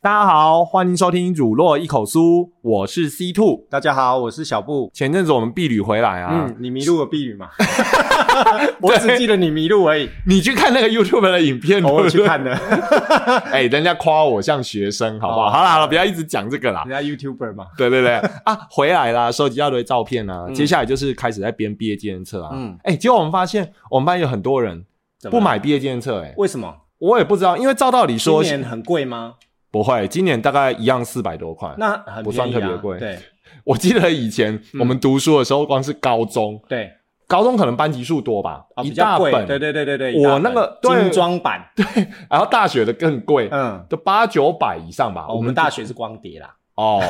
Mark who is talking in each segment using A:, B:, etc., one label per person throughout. A: 大家好，欢迎收听《乳酪一口酥》，我是 C Two。
B: 大家好，我是小布。
A: 前阵子我们避旅回来啊，
B: 嗯，你迷路了避 雨嘛？我只记得你迷路而已，
A: 你去看那个 YouTube 的影片，
B: 偶
A: 对
B: 尔哦去
A: 不对
B: 看的。
A: 哎、人家夸我像学生，好不好？
B: 哦
A: 好啦好啦，不要一直讲这个啦。
B: 人家 YouTuber 嘛，
A: 对 对对，啊，回来啦，收集一大堆照片啊，
B: 嗯
A: 接下来就是开始在编毕业纪念册啊。嗯
B: 嗯，
A: 哎、结果我们发现我们班有很多人
B: 怎么
A: 不
B: 了
A: 买毕业纪念册、哎，
B: 为什么？
A: 我也不知道，因为照道理
B: 今
A: 说
B: 年很贵吗？
A: 不会，今年大概一样四百多块。
B: 那嗯很
A: 不算
B: 便宜啊
A: 特别贵
B: 对
A: 我记得以前我们读书的时候，光是高中，
B: 对，
A: 高中可能班级数多吧，
B: 啊，
A: 一
B: 比
A: 大
B: 较贵
A: 本，。
B: 对对对对对，
A: 我
B: 一大
A: 那个
B: 本
A: 对
B: 精装版，
A: 然后大学的更贵，
B: 嗯，哦
A: 都八九百以上吧。
B: 我们大学是光碟啦，
A: 哦，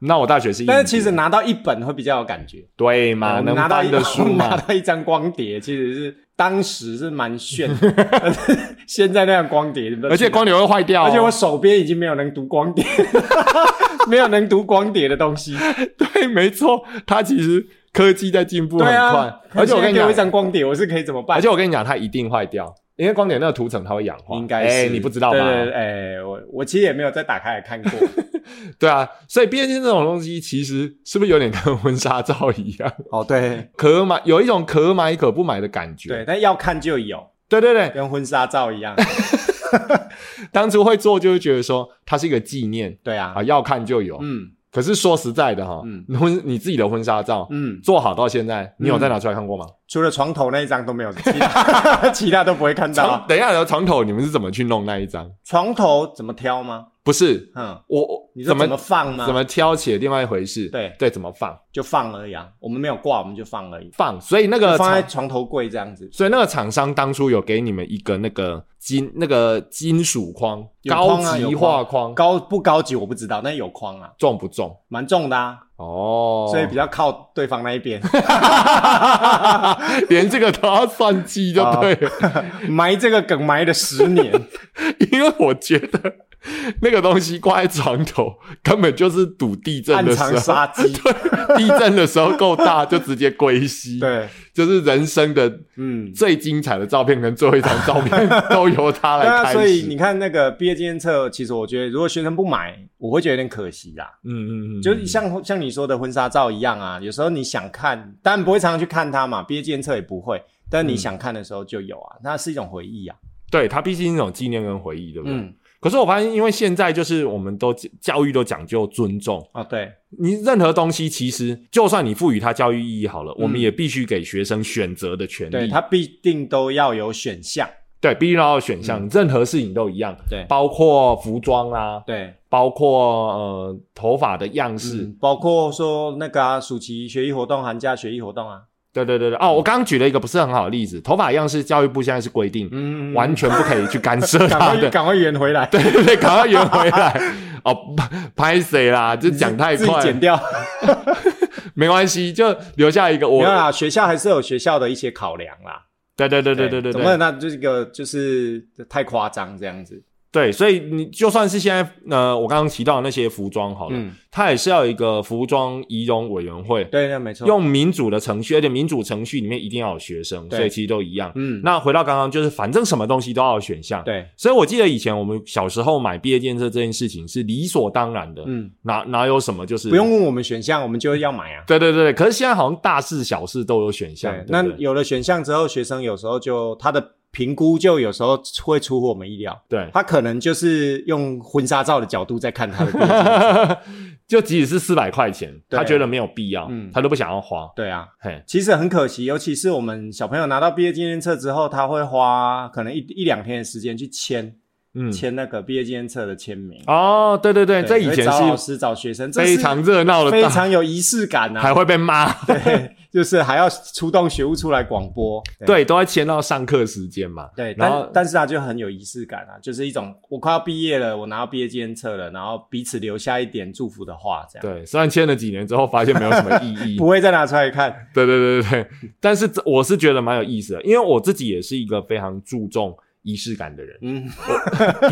A: 那我大学是硬碟，
B: 但是其实拿到一本会比较有感觉。
A: 对嘛，
B: 我
A: 能
B: 们拿到
A: 翻
B: 一
A: 的书
B: 拿
A: 嘛，
B: 到一张光碟，其实是当时是蛮炫的， 但是现在那样光碟，
A: 而且光碟会坏掉哦，
B: 而且我手边已经没有能读光碟， 没有能读光碟的 东西。
A: 对，没错，它其实科技在进步很
B: 对
A: 快，
B: 啊，
A: 而且我跟你
B: 现在给我一
A: 讲，
B: 张光碟，我是可以怎么办？
A: 而且我跟你讲，它一定坏掉，因为光点那个涂层它会氧化，
B: 应该
A: 哎、
B: 是、
A: 你不知道吧？
B: 对对对，哎、我我其实也没有再打开来 看过。
A: 对啊，所以毕业证这种东西，其实是不是有点跟婚纱照一样，
B: 哦，对
A: 可买有一种可买可不买的感觉？
B: 对，但要看就有，
A: 对对对
B: 跟婚纱照 一样。
A: 当初会做就会觉得说它是一个纪念
B: 对啊
A: 啊，，要看就有。
B: 嗯
A: 可是说实在的哈、
B: 嗯
A: 婚你自己的婚纱照、
B: 嗯，
A: 做好到现在，你有再拿出来看过吗？
B: 除了床头那一张都没有，其他 其他都不会看
A: 床
B: 到。啊
A: 等一下聊床头，你们是怎么去弄那一张？
B: 床头怎么挑吗？
A: 不是
B: 嗯，
A: 我我
B: 你说怎么放吗？
A: 怎么挑起另外一回事。
B: 对
A: 对，怎么放
B: 就放而已啊？我们没有挂，我们就放而已，
A: 放，所以那个
B: 放在
A: 厂，
B: 床头柜这样子。
A: 所以那个厂商当初有给你们一个那个金那个金属框，
B: 有框
A: 高
B: 啊
A: 级
B: 有
A: 画
B: 框
A: 框，
B: 高不高级我不知道，但有框啊，
A: 重不重？
B: 蛮重的啊，
A: 哦，
B: 所以比较靠对方那一边。
A: 连这个都要算计，就对了。
B: 埋这个梗埋了十 年，
A: 因为我觉得那个东西挂在床头，根本就是啊赌地震
B: 暗
A: 的时
B: 藏
A: 候，
B: 杀机。
A: 地震的时候够大就直接归西，，
B: 对，
A: 就是人生的
B: 嗯，
A: 最精彩的照片跟最后一张照 片都由他
B: 对
A: 来
B: 啊，
A: 开始。
B: 所以你看那个毕业纪念册，其实我觉得如果学生不买，我会觉得有点可惜啦。
A: 嗯嗯嗯，
B: 就是像像你说的婚纱照一样啊，有时候你想看，当然不会常常去看它嘛，毕业纪念册也不会，但你想看的时候就有
A: 嗯
B: 啊，那是一种回忆啊。
A: 对它毕竟是一种纪念跟回忆，对不对？
B: 嗯，
A: 可是我发现，因为现在就是我们都教育都讲究尊重，
B: 哦对，
A: 你任何东西其实就算你赋予它教育意义好了，我们
B: 嗯
A: 也必须给学生选择的权利。
B: 对，它必定都要有选项。
A: 对，必须要有选
B: 嗯
A: 项，任何事情都一样，
B: 对
A: 包括服装啦、
B: 对，
A: 包括呃头发的样式，
B: 嗯，包括说那个啊，暑期学艺活动、寒假学艺活动啊，
A: 对对对对。哦，我刚刚举了一个不是很好的例子，头发样式，教育部现在是规定，
B: 嗯，
A: 完全不可以去干 涉
B: 赶
A: 它
B: 快
A: 的，
B: 赶快圆回来，
A: 对对对，赶快圆回来。 哦，拍拍谁啦？就讲太
B: 自己
A: 快
B: 剪
A: 了，
B: 掉。
A: 没关系，就留下一个
B: 没
A: 我
B: 有。啦，学校还是有学校的一些考量啦。
A: 对对对对对对
B: 哎怎么
A: 对，
B: 那就是一个就是太夸张这样子。
A: 对，所以你就算是现在，呃，我刚刚提到的那些服装好了，
B: 嗯，
A: 它也是要有一个服装仪容委员会，
B: 对，那没错。
A: 用民主的程序，而且民主程序里面一定要有学生，
B: 对
A: 所以其实都一样。
B: 嗯，
A: 那回到刚刚，就是反正什么东西都要有选项。，
B: 对，
A: 所以我记得以前我们小时候买毕业建设这件事情是理所当然的，
B: 嗯，
A: 哪哪有什么就是
B: 不用。问我们选项，我们就要买啊。
A: 对对对，可是现在好像大事小事都有选项。
B: 对，
A: 啊对
B: 那
A: 不对
B: 有了选项之后，学生有时候就他的评估就有时候会出乎我们意料。
A: 对，
B: 他可能就是用婚纱照的角度在看他的毕业纪念 册。
A: 就即使是四百块钱，
B: 对
A: 他觉得没有必要，
B: 嗯
A: 他都不想要花。
B: 对啊，
A: 嘿，
B: 其实很可惜，尤其是我们小朋友拿到毕业纪念册之后，他会花可能一一两天的时间去签、
A: 嗯，
B: 签那个毕业纪念册的签名。
A: 哦，对对对，
B: 对
A: 这以前
B: 会找老
A: 是
B: 师找学生，这是
A: 非常热闹的
B: 非
A: 大，
B: 常有仪式感 啊
A: 还。会被骂。
B: 对，就是还要出动学务出来广播。
A: 对，都会签到上课时间嘛。
B: 对，
A: 然后
B: 但但是他就很有仪式感啊，就是一种我快要毕业了，我拿到毕业纪念册了，然后彼此留下一点祝福的话，这样
A: 对，虽然签了几年之后发现没有什么 意义
B: 不，会再拿出来看。。
A: 对对对对对，但是这我是觉得蛮有意思的，因为我自己也是一个非常注重仪式感的人
B: 嗯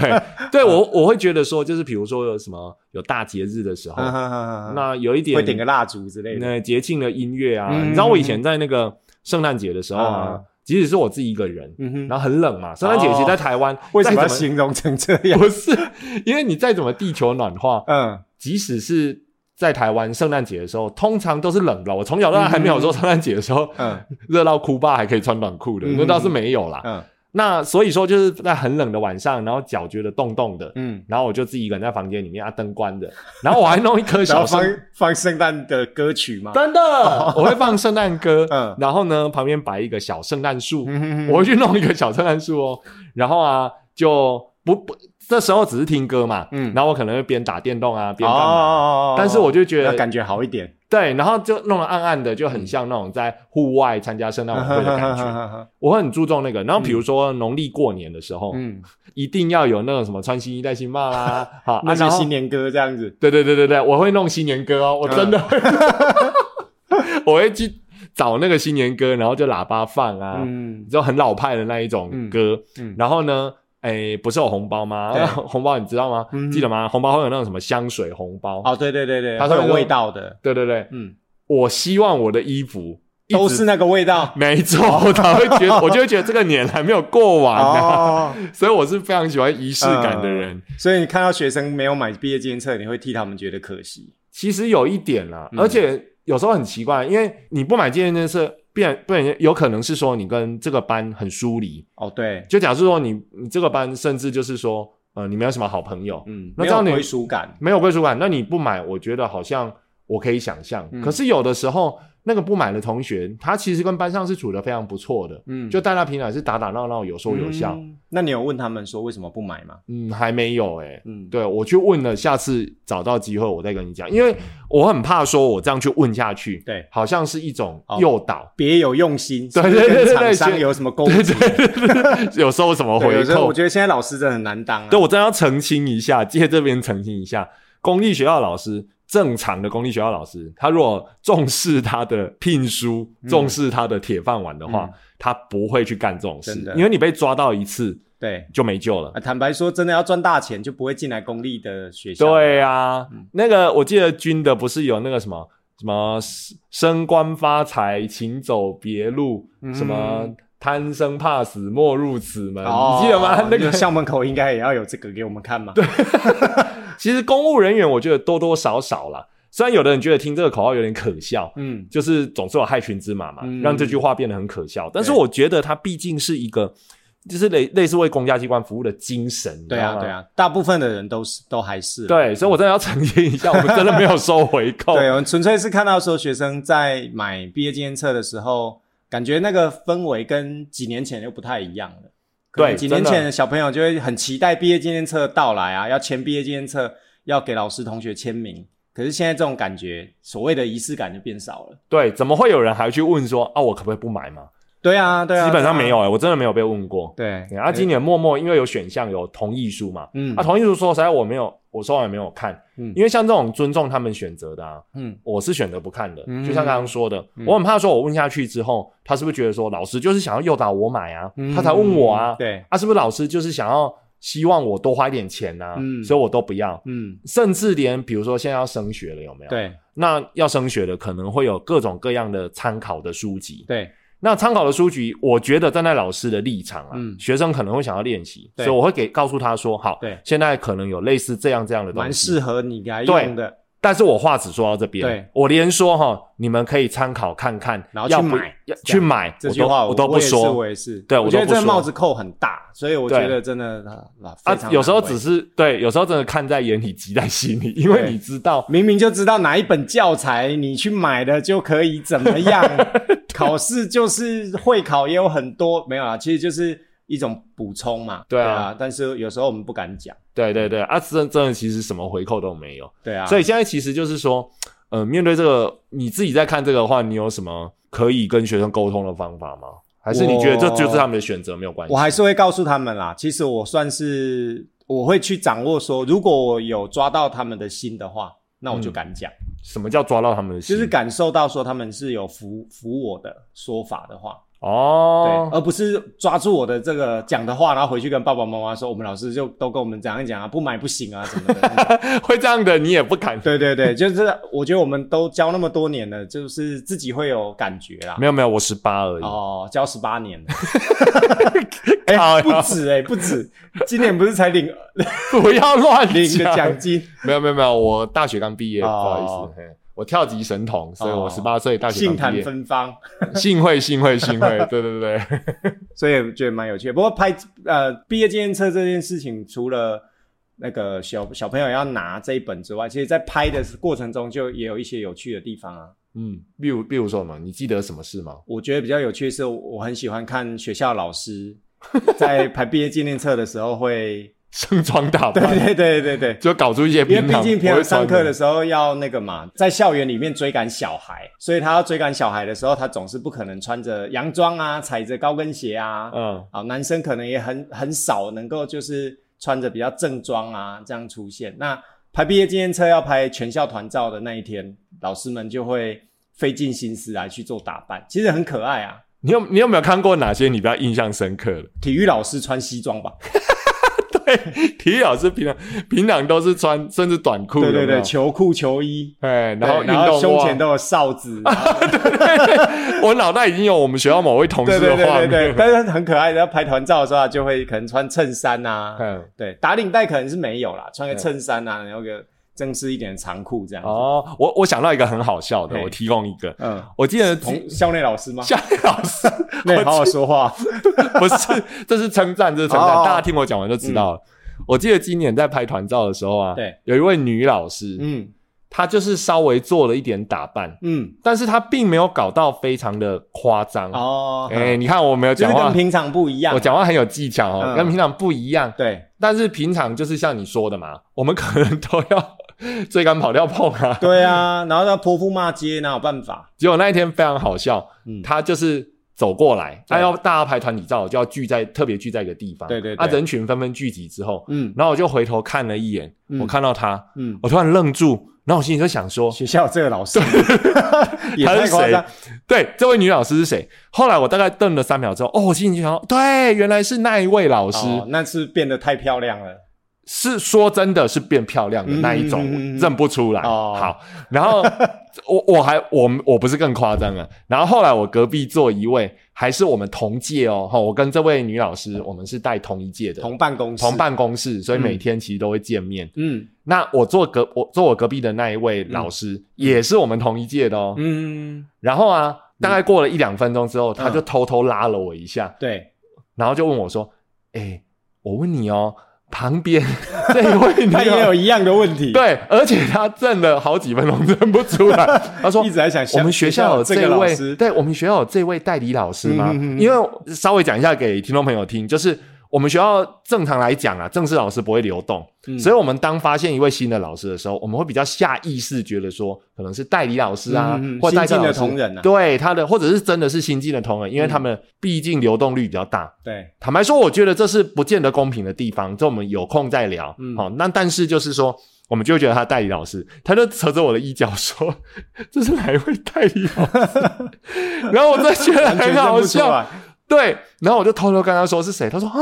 A: 对，对我我会觉得说，就是比如说有什么有大节日的时候，
B: 那
A: 哦那有一点
B: 嗯会点个蜡烛之类的，
A: 那节庆的音乐啊，
B: 嗯
A: 你知道我以前在那个圣诞节的时候啊
B: 啊，
A: 即使是我自己一个人，
B: 嗯哼，
A: 然后很冷嘛，圣诞节其实在台湾
B: 为什么要
A: 再怎
B: 形容成这样？
A: 不是，因为你再怎么地球暖化，
B: 嗯，
A: 即使是在台湾圣诞节的时候，通常都是冷的。我从小到大还没有说圣诞节的时候、
B: 嗯
A: 热到哭吧还可以穿短裤的，
B: 嗯
A: 那倒是没有啦。
B: 嗯
A: 那所以说就是在很冷的晚上，然后脚觉得冻冻的，
B: 嗯，
A: 然后我就自己一个人在房间里面啊灯关着，然后我还弄一颗
B: 然
A: 小
B: 后
A: 圣
B: 放放圣诞的歌曲 嘛，
A: 真的，我会放圣诞歌，
B: 嗯
A: 然后呢旁边摆一个小圣诞树，
B: 嗯哼
A: 我会去弄一个小圣诞树哦，然后啊就不不，这时候只是听歌嘛，
B: 嗯
A: 然后我可能会边打电动啊边
B: 哦
A: 干嘛，
B: 哦哦
A: 但是我就觉
B: 要
A: 得
B: 感觉好一点，
A: 对，然后就弄得暗暗的，就很像那种在户外参加圣诞晚会的
B: 嗯
A: 感觉。我很注重那个，然后比如说农历过年的时候，
B: 嗯，
A: 一定要有那种什么穿新衣戴新帽 啦，好，
B: 那
A: 啊
B: 些
A: 然后
B: 新年歌这样子，
A: 对对对对对，我会弄新年歌哦，我真的会，
B: 嗯
A: 我会去找那个新年歌，然后就喇叭放啊，
B: 嗯
A: 就很老派的那一种歌。
B: 嗯
A: 然后呢，哎，不是有红包吗
B: 对？
A: 红包你知道吗？
B: 嗯
A: 记得吗？红包会有那种什么香水红包。
B: 哦，对对对对，
A: 它
B: 它
A: 上面
B: 有
A: 说
B: 味道的，
A: 对对对，
B: 嗯，
A: 我希望我的衣服一直
B: 都是那个 味道。
A: 没错，我才会觉得， 我就会觉得这个年还没有过完啊，
B: 哦，嗯
A: 所以我是非常喜欢仪式感的人。
B: 所以你看到学生没有买毕业纪念册，你会替他们觉得可惜。
A: 其实有一点啦，
B: 嗯
A: 而且有时候很奇怪，因为你不买纪念册，必然不然有可能是说你跟这个班很疏离。
B: 哦，对，
A: 就假设说你你这个班，甚至就是说，呃，你没有什么好朋友，
B: 嗯，
A: 那
B: 没
A: 这样
B: 有
A: 你
B: 归属感。
A: 没有归属感，那你不买，我觉得好像我可以想象。
B: 嗯
A: 可是有的时候，那个不买的同学，他其实跟班上是处的非常不错的，
B: 嗯
A: 就大家平常是打打闹闹，有说有笑。
B: 嗯那你有问他们说为什么不买吗？
A: 嗯，还没有哎、
B: 嗯，
A: 对我去问了，下次找到机会我再跟你讲，因为我很怕说我这样去问下去，
B: 对
A: 好像是一种
B: 哦
A: 诱导，
B: 别有用心，
A: 对
B: 是不是
A: 对对对
B: 跟厂
A: 对
B: 商
A: 对
B: 有什么勾
A: 对
B: 结？
A: 对对对，有时候什么
B: 对，
A: 哦回
B: 有时候
A: 扣
B: 我，觉得现在老师真的很难当啊。
A: 对我真的要澄清一下，借这边澄清一下，公立学校老师。正常的公立学校老师，他如果重视他的聘书，重视他的铁饭碗的话，
B: 嗯
A: 他不会去干这种事
B: 真，的
A: 因为你被抓到一次
B: 对
A: 就没救了。
B: 啊，坦白说，真的要赚大钱，就不会进来公立的学校。
A: 对啊，
B: 嗯
A: 那个我记得军的不是有那个什么什么升官发财，请走别路，
B: 嗯
A: 什么贪生怕死，莫入此门，
B: 哦，
A: 啊你记得吗？ 那个
B: 校门口应该也要有这个给我们看嘛。对，
A: 其实公务人员，我觉得多多少少啦，虽然有的人觉得听这个口号有点可笑。
B: 嗯，
A: 就是总是有害群之马嘛，
B: 嗯
A: 让这句话变得很可笑。但是
B: 对
A: 我觉得它毕竟是一个，就是类类似为公家机关服务的精神。你知
B: 对
A: 道
B: 啊，
A: 吗
B: 对，啊，大部分的人都是都还是啊
A: 对，所以我真的要澄清一下，我们真的没有收回扣。
B: 对，我啊们纯粹是看到说学生在买毕业纪念册的时候，感觉那个氛围跟几年前又不太一样了。可能
A: 对
B: 几年
A: 真
B: 前
A: 的
B: 的小朋友就会很期待毕业纪念册的到来啊，要签毕业纪念册，要给老师同学签名。可是现在这种感觉，所谓的仪式感就变少了。
A: 对，怎么会有人还去问说啊，我可不可以不买嘛？
B: 对啊，对啊，
A: 基本上没有
B: 啊。
A: 哎、我真的没有被问过。
B: 对
A: 对，啊，今年默默因为有选项有同意书嘛，
B: 嗯
A: 啊，同意书说实在我没有，我说完没有看，
B: 嗯
A: 因为像这种尊重他们选择的啊，
B: 嗯
A: 我是选择不看的。
B: 嗯
A: 就像刚刚说的，我很怕说我问下去之后，他是不是觉得说老师就是想要诱导我买啊，
B: 嗯
A: 他才问我啊，
B: 对，
A: 啊，是不是老师就是想要希望我多花一点钱啊，
B: 嗯
A: 所以我都不要，
B: 嗯
A: 甚至连比如说现在要升学了有没有？，
B: 对
A: 那要升学的可能会有各种各样的参考的书籍，
B: 对
A: 那参考的书籍，我觉得站在老师的立场啊，
B: 嗯
A: 学生可能会想要练习，所
B: 对
A: 以我会给告诉他说，好，
B: 对，
A: 现在可能有类似这样这样的东
B: 蛮
A: 西，
B: 适合你来
A: 对
B: 用的。
A: 但是我话只说到这边，
B: 对
A: 我连说哈，你们可以参考看看，
B: 然后去
A: 要不
B: 买
A: 要
B: 这
A: 去
B: 样
A: 买，
B: 这句话
A: 我都我都
B: 我
A: 不
B: 也是
A: 说
B: 我也是。
A: 对我
B: 我
A: 都
B: 觉得
A: 不
B: 这个
A: 说
B: 帽子扣很大，所以我
A: 对
B: 觉得真的啊，非
A: 啊
B: 常，
A: 有时候
B: 难
A: 只
B: 为
A: 是对，有时候真的看在眼里，急在心里，因为
B: 对
A: 你知道，
B: 明明就知道哪一本教材你去买的就可以怎 么样，考试就是会考也有很多没有啊，其实就是一种补充嘛。
A: 对啊
B: 但是有时候我们不敢讲，
A: 对对对，啊，真真的其实什么回扣都没有，
B: 对啊，
A: 所以
B: 以
A: 现在其实就是说，呃，面对这个，你自己在看这个的话，你有什么可以跟学生沟通的方法吗？还是你觉得这
B: 我
A: 就是他们的选择，没有关系？
B: 我还是会告诉他们啦。其实我算是我会去掌握说，如果我有抓到他们的心的话，那我
A: 嗯
B: 就敢讲，
A: 什么叫抓到他们的心？
B: 就是感受到说他们是有服服我的说法的话，
A: 哦，
B: 对，而不是抓住我的这个讲的话，然后回去跟爸爸妈妈说，我们老师就都跟我们讲一讲啊，不买不行啊什么 的。
A: 会这样的你也不敢。
B: 对对对，就是我觉得我们都教那么多年了，就是自己会有感觉啦。
A: 没有没有，我十八而已。
B: 哦，教十 八年了，哎、
A: 靠呀
B: 不止哎、不止，今年不是才领
A: 不要乱
B: 领个
A: 讲
B: 奖。金，
A: 没有没有没有，我大学刚毕业，
B: 哦
A: 不好意思，嘿我跳级神童，所以我
B: 哦
A: 十八岁大学
B: 杏
A: 刚毕
B: 坛
A: 业。
B: 芬芳，
A: 幸会幸会幸 会，对对对，
B: 所以觉得蛮有趣的。不过拍呃毕业纪念册这件事情，除了那个小小朋友要拿这一本之外，其实在拍的过程中就也有一些有趣的地方啊。
A: 嗯，比如比如说嘛，你记得什么事吗？
B: 我觉得比较有趣的是，我很喜欢看学校老师在拍毕业纪念册的时候会，
A: 盛装打
B: 对
A: 扮，
B: 对对对对，
A: 就搞出一些
B: 因为
A: 平
B: 毕
A: 常
B: 竟
A: 不
B: 平常
A: 会穿
B: 上课的时候要那个嘛，在校园里面追赶小孩，所以他要追赶小孩的时候，他总是不可能穿着洋装啊，踩着高跟鞋啊，
A: 嗯，
B: 啊，男生可能也很很少能够就是穿着比较正装啊这样出现。那拍毕业纪念册要拍全校团照的那一天，老师们就会费尽心思来去做打扮，其实很可爱啊。
A: 你有你有没有看过哪些你比较印象深刻的？
B: 体育老师穿西装吧，
A: 体育老师平常平常都是穿甚至短裤，
B: 对
A: 有
B: 对
A: 没有
B: 对，球裤球衣，
A: 哎，然后运
B: 对然后
A: 动
B: 胸
A: 袜
B: 前都有哨子， 然后
A: 我脑袋已经有我们学校某位同
B: 对
A: 事
B: 对
A: 的
B: 对
A: 画
B: 对
A: 面，
B: 对，但是很可爱的。要拍团照的时候啊，就会可能穿衬衫啊，
A: 嗯，
B: 对，打领带可能是没有啦，穿个衬衫啊，然后个正式一点的长裤这样子。
A: 哦，我我想到一个很好笑的，
B: 嘿
A: 我提供一个，
B: 嗯，
A: 我记得
B: 同校内老师吗？
A: 夏老师
B: 对，好好说话。
A: 不是，这是称赞，这是称赞，
B: 哦嗯
A: 大家听我讲完就知道了。我记得今年在拍团照的时候啊，
B: 对，
A: 有一位女老师，
B: 嗯
A: 她就是稍微做了一点打扮，
B: 嗯，
A: 但是她并没有搞到非常的夸张。
B: 哦，
A: 哎，你看我没有
B: 就
A: 讲
B: 是跟
A: 话，
B: 平常不一样。
A: 我讲话很有技巧哦，
B: 嗯
A: 跟平常不一样。
B: 对
A: 但是平常就是像你说的嘛，我们可能都要追赶跑掉碰啊。
B: 对啊，然后他泼妇骂街，哪有办法？
A: 结果那一天非常好笑，
B: 嗯
A: 他就是走过来，他
B: 对
A: 要大家拍团体照，就要聚在特别聚在一个地方。
B: 对对对
A: 啊，人群纷纷聚集之后，
B: 嗯
A: 然后我就回头看了一眼，
B: 嗯
A: 我看到他，
B: 嗯，
A: 我突然愣住，然后我心里就想说，
B: 学校这个老师也
A: 他
B: 太
A: 是
B: 夸
A: 谁
B: 张。？
A: 对，这位女老师是谁？后来我大概瞪了三秒之后，哦，我心里就想说，对，原来是那一位老师，
B: 哦，那是变得太漂亮了。
A: 是说真的是变漂亮的那一种，
B: 嗯嗯嗯嗯
A: 认不出来。
B: 哦
A: 好，然后我我还我我不是更夸张啊。然后后来我隔壁坐一位，还是我们同届哦，哈，我跟这位女老师，我们是带同一届的，
B: 同办公室，
A: 同，办公室，所以
B: 嗯
A: 每天其实都会见面。
B: 嗯
A: 那我坐隔我坐我隔壁的那一位老师，也是我们同一届的哦。
B: 嗯，
A: 然后啊，大概过了一两分钟之后，他就偷偷拉了我一下，
B: 对，
A: 然后就问我说：“哎、我问你哦，旁边这一位女
B: 他
A: 老
B: 也有一样的问题。，
A: 对，而且他震了好几分钟， 认不出来。他说
B: 一直在想：“
A: 我们学校有
B: 这个
A: 这
B: 老
A: 位，
B: 师，
A: 对我们学校有这位代理老师吗？”
B: 嗯嗯嗯
A: 因为我稍微讲一下给听众朋友听，就是我们学校正常来讲啊，正式老师不会流动，
B: 嗯
A: 所以我们当发现一位新的老师的时候，我们会比较下意识觉得说，可能是代理老师啊，
B: 嗯嗯嗯
A: 或代教
B: 新进的
A: 老师
B: 同仁啊
A: 对他的，或者是真的是新进的同仁，因为
B: 嗯
A: 他们毕竟流动率比较大，
B: 对，
A: 坦白说，我觉得这是不见得公平的地方，这我们有空再聊。好、
B: 嗯
A: 那但是就是说，我们就会觉得他代理老师，他就扯着我的衣角说：“ 这是哪一位代理老师？” 然后我就觉得
B: 完全
A: 很
B: 认
A: 好
B: 不出
A: 笑，
B: 来。
A: 对。然后我就偷偷跟他说是谁，他说：“啊，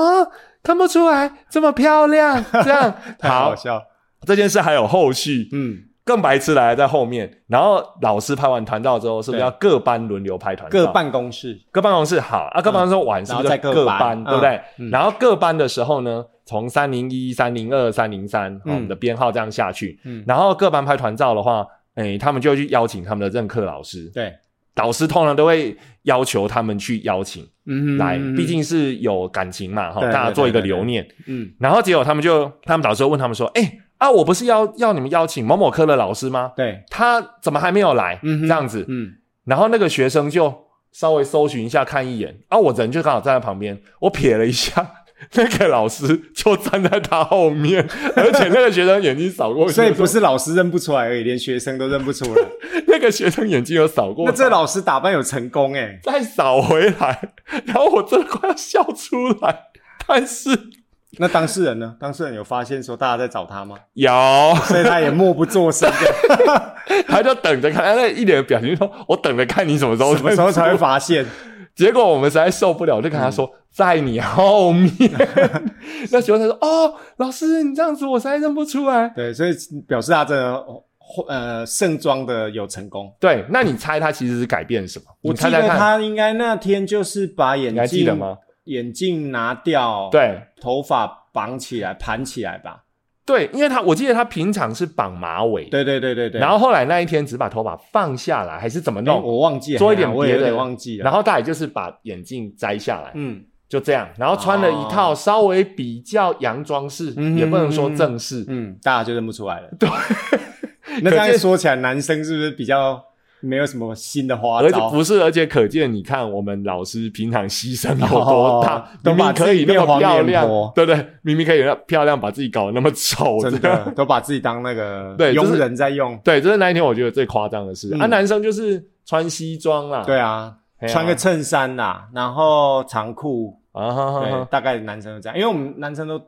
A: 看不出来，这么漂亮，这样
B: 太
A: 好
B: 好。笑。”
A: 这件事还有后续，
B: 嗯，
A: 更白痴来了在后面。然后老师拍完团照之后，是不是
B: 对
A: 要各班轮流拍团照？
B: 各办公室，
A: 各办公室好啊，各办公室晚是不是
B: 嗯然后再
A: 就
B: 各
A: 各
B: 班
A: 对不对？
B: 嗯嗯
A: 然后各班的时候呢，从三零一、三零二、三零三哦我们的编号这样下去，
B: 嗯
A: 然后各班拍团照的话，哎，他们就会去邀请他们的任课老师，
B: 对，
A: 导师通常都会要求他们去邀请
B: 嗯
A: 来，
B: 嗯
A: 毕竟是有感情嘛，哈，
B: 对对
A: 大家做一个
B: 对对
A: 留念。
B: 嗯，
A: 然后结果他们就，他们导师就问他们说，哎啊，我不是要要你们邀请某某科的老师吗？
B: 对，
A: 他怎么还没有来？
B: 嗯
A: 这
B: 哼
A: 样子，
B: 嗯，
A: 然后那个学生就稍微搜寻一下看一眼，啊，我人就刚好站在旁边，我瞥了一下，那个老师就站在他后面，而且那个学生眼睛扫过去，
B: 所以不是老师认不出来而已，连学生都认不出 来。
A: 那个学生眼睛有扫过
B: 那
A: 他，
B: 这老师打扮有成功哎、
A: 再扫回来，然后我真的快要笑出来，但是
B: 那当事人呢？当事人有发现说大家在找他吗？
A: 有，
B: 所以他也默不作声，
A: 他就等着看，他那一脸的表情说，我等着看你什么时候
B: 什么时候才会发现？
A: 结果我们实在受不了，我就跟他说、在你后面。 那学生说哦，老师你这样子我实在认不出来。
B: 对，所以表示他真的呃盛装的有成功。
A: 对，那你猜他其实是改变 什么？
B: 我
A: 你
B: 记
A: 猜
B: 得
A: 猜看，
B: 他应该那天就是把眼
A: 你还
B: 镜
A: 记得吗？
B: 眼镜拿掉，，
A: 对
B: 头发绑起来盘起来吧。
A: 对，因为他我记得他平常是绑马尾，
B: 对对对对对。
A: 然后后来那一天只把头发放下来，还是怎么
B: 哎
A: 弄？
B: 我忘记了，
A: 做一点
B: 我也
A: 别
B: 有
A: 的
B: 点忘记了。
A: 然
B: 后
A: 后大也就是把眼镜摘下来，
B: 嗯
A: 就这样，然后穿了一套稍微比较洋装式，
B: 嗯
A: 也不能说正式，
B: 嗯，大家就认不 出来了。对， 那这样
A: 可见
B: 说起来，男生是不是比较没有什么新的花
A: 而且
B: 招？
A: 不是，而且可见你看我们老师平常牺牲有多大，
B: 哦都
A: 明
B: 把
A: 明可以那么漂
B: 自己变黄脸
A: 亮
B: 婆，
A: 对不对？明明可以那漂亮，把自己搞得那么丑，
B: 真
A: 这样
B: 的都把自己当那 个
A: 对就是
B: 佣人在用。
A: 对，这是那一天我觉得最夸张的事。
B: 嗯
A: 啊，男生就是穿西装啦，
B: 对啊，
A: 嘿啊，
B: 穿个衬衫啦，然后长裤，
A: 啊哈哈
B: 对
A: 哈，
B: 大概男生都这样，因为我们男生都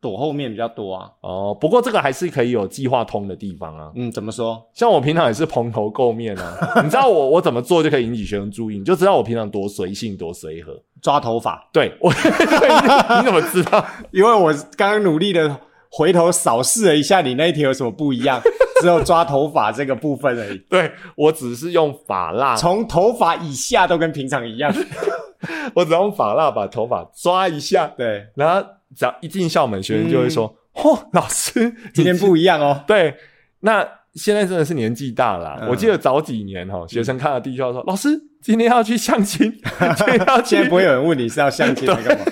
B: 躲后面比较多啊。
A: 哦，不过这个还是可以有计划通的地方啊。
B: 嗯，怎么说？
A: 像我平常也是蓬头垢面啊， 你知道我我怎么做就可以引起学生注意，你就知道我平常多随性多随和。
B: 抓头发，
A: 对我， 对你怎么知道？
B: 因为我刚刚努力的回头扫视了一下你那一题有什么不一样， 只有抓头发这个部分而已，
A: 对我只是用发蜡，
B: 从头发以下都跟平常一样。
A: 我只用发蜡把头发抓一下，
B: 对，
A: 然后只要一进校门，学生就会说：“
B: 嗯
A: 哦，老师，
B: 今天
A: 你
B: 不一样哦。
A: 对。”那现在真的是年纪大了啊、
B: 嗯
A: 我记得早几年哈、学生看到第一句话说：“老师，今天要去相 亲，今天要去
B: 现在不会有人问你是要相亲还是 干嘛，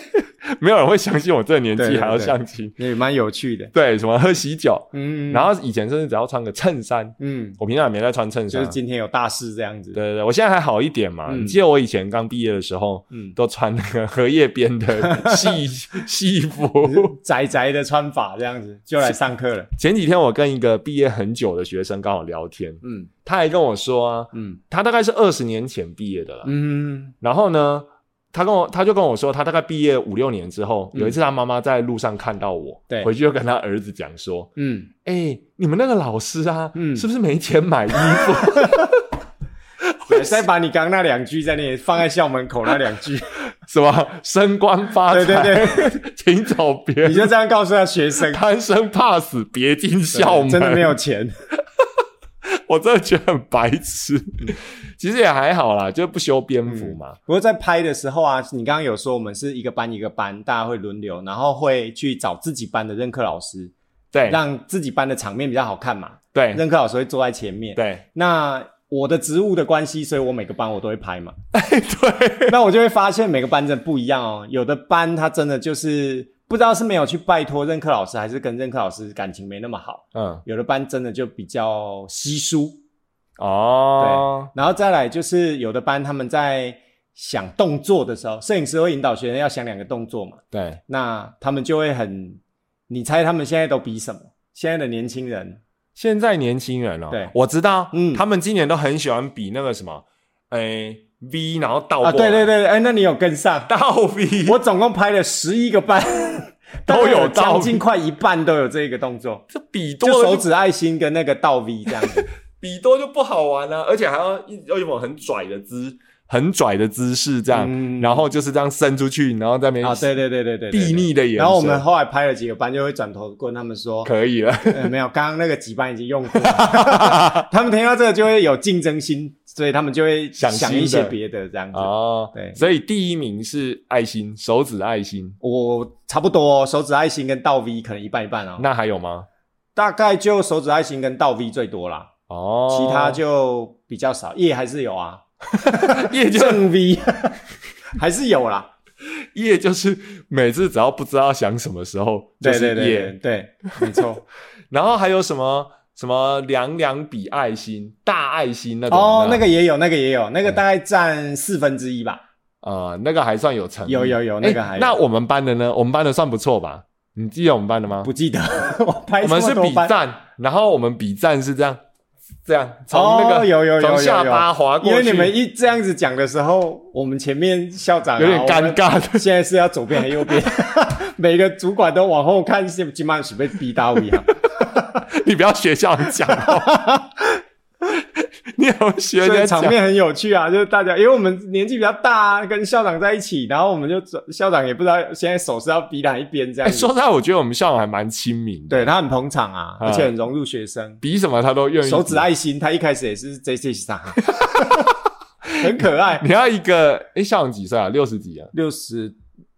A: 没有人会相信我这个年纪
B: 对对
A: 还要
B: 对
A: 相亲。
B: 也蛮有趣的。
A: 对，什么喝喜酒，
B: 嗯，
A: 然后以前甚至只要穿个衬衫，
B: 嗯，
A: 我平常也没在穿衬
B: 就
A: 衫
B: 是
A: 啊。对
B: 今天有大事这样子。
A: 对对，我现在还好一点嘛。
B: 嗯
A: 你记得我以前刚毕业的时候，
B: 嗯，
A: 都穿那个荷叶边 的戏戏服。
B: 宅宅的穿法这样子就来上课了。
A: 前几天我跟一个毕业很久的学生刚好聊天，
B: 嗯
A: 他还跟我说啊，
B: 嗯
A: 他大概是二十年前毕业的了。
B: 嗯
A: 然后呢，他跟我他就跟我说，他大概毕业五六年之后，
B: 嗯
A: 有一次他妈妈在路上看到我，
B: 对
A: 回去就跟他儿子讲说，
B: 嗯，
A: 哎、你们那个老师啊，
B: 嗯
A: 是不是没钱买衣服？
B: 对，再把你刚刚那两句在那里放在校门口那两 句，
A: 什么升官发财？
B: 对
A: 对， 请走别
B: 你就这样告诉他学生，
A: 贪生怕死，别进 校门。
B: 真的没有，钱。
A: 我真的觉得很白痴。
B: 嗯
A: 其实也还好啦，就不修边幅嘛。
B: 不过在拍的时候啊，你刚刚有说我们是一个班一个班，大家会轮流，然后会去找自己班的任课老师，
A: 对
B: 让自己班的场面比较好看嘛。
A: 对
B: 任课老师会坐在前面。
A: 对
B: 那我的职务的关系，所以我每个班我都会拍嘛。
A: 对，
B: 那我就会发现每个班真的不一样哦。有的班他真的就是不知道是没有去拜托任课老师，还是跟任课老师感情没那么好。
A: 嗯
B: 有的班真的就比较稀疏，
A: 哦，
B: 然后再来就是有的班他们在想动作的时候，摄影师会引导学生要想两个动作嘛，
A: 对
B: 那他们就会很，你猜他们现在都比什么？现在的年轻人，
A: 现在年轻人哦，
B: 对
A: 我知道，
B: 嗯
A: 他们今年都很喜欢比那个什么，哎，V，然后倒
B: 啊，
A: 过
B: 对对
A: 来，
B: 对，哎，那你有跟上？
A: 倒 V，
B: 我总共拍了十一个班，
A: 都有
B: 大概
A: 倒 V
B: 将近快一半都有这个动作，
A: 这比多
B: 就
A: 了
B: 手
A: 就
B: 指爱心跟那个倒 V 这样子。
A: 比多就不好玩啊了、而且还要一要一种很拽的姿，很拽的姿势这样，
B: 嗯
A: 然后就是这样伸出去，然后在那边
B: 啊，对对对对对，对
A: 睥。睨的眼神，
B: 然后我们后来拍了几个班，就会转头跟他 们说，
A: 可以 了，
B: 呃，没有，刚刚那个几班已经用过了， 他们听到这个就会有竞争心，所以他们就会
A: 想
B: 想
A: 新
B: 一些
A: 的
B: 别的这样子。
A: 哦，
B: 对
A: 所以第一名是爱心，手指爱心，
B: 我差不多、哦、手指爱心跟倒 V 可能一半一半哦，
A: 那还有吗？
B: 大概就手指爱心跟倒 V 最多啦，
A: 哦，
B: 其 他就比较少。叶还是有啊，
A: 叶 就
B: 正 V 还是有啦。
A: 叶就是每次只要不知道想什么时候，就
B: 对对
A: 是
B: 对对
A: 叶，
B: 对，没错。
A: 然后还有什么什么两两比爱心、大爱心那种
B: 哦，
A: 的
B: 那个也有，那个也有，
A: 嗯
B: 那个大概占四分之一吧。
A: 啊、那个还算有诚意。
B: 有有有那个
A: 诶
B: 还有
A: 那我们班的呢？我们班的算不错吧？你记得我们班的吗？
B: 不记得 我拍
A: 我
B: 这
A: 们
B: 么
A: 是
B: 多
A: 比
B: 班，
A: 赞，然后我们比赞是这样，这样从
B: 哦
A: 那个、
B: 有有有
A: 从
B: 有
A: 下
B: 有
A: 巴滑
B: 因
A: 过
B: 为
A: 去，
B: 你们一这样子讲的时候，我们前面校长啊、
A: 有点尴尬 的。
B: 我们现在是要左边还是右边？ 每个主管都往后看，是今晚是被啊逼到一样。
A: 你不要学校长讲哦。你 有学
B: 所以
A: 姐
B: 场
A: 讲，
B: 面很有趣啊，就是大家因为我们年纪比较大、啊，跟校长在一起，然后我们就校长也不知道现在手是要比哪一边这
A: 哎、
B: 样子。
A: 说实在，我觉得我们校长还蛮亲民的，
B: 对他很捧场啊，
A: 嗯
B: 而且很融入学生，
A: 比什么他都愿意。
B: 手指爱心，他一开始也是 J J 傻，啊 很可爱。
A: 你要一个，哎、校长几岁啊？六十几啊？
B: 六十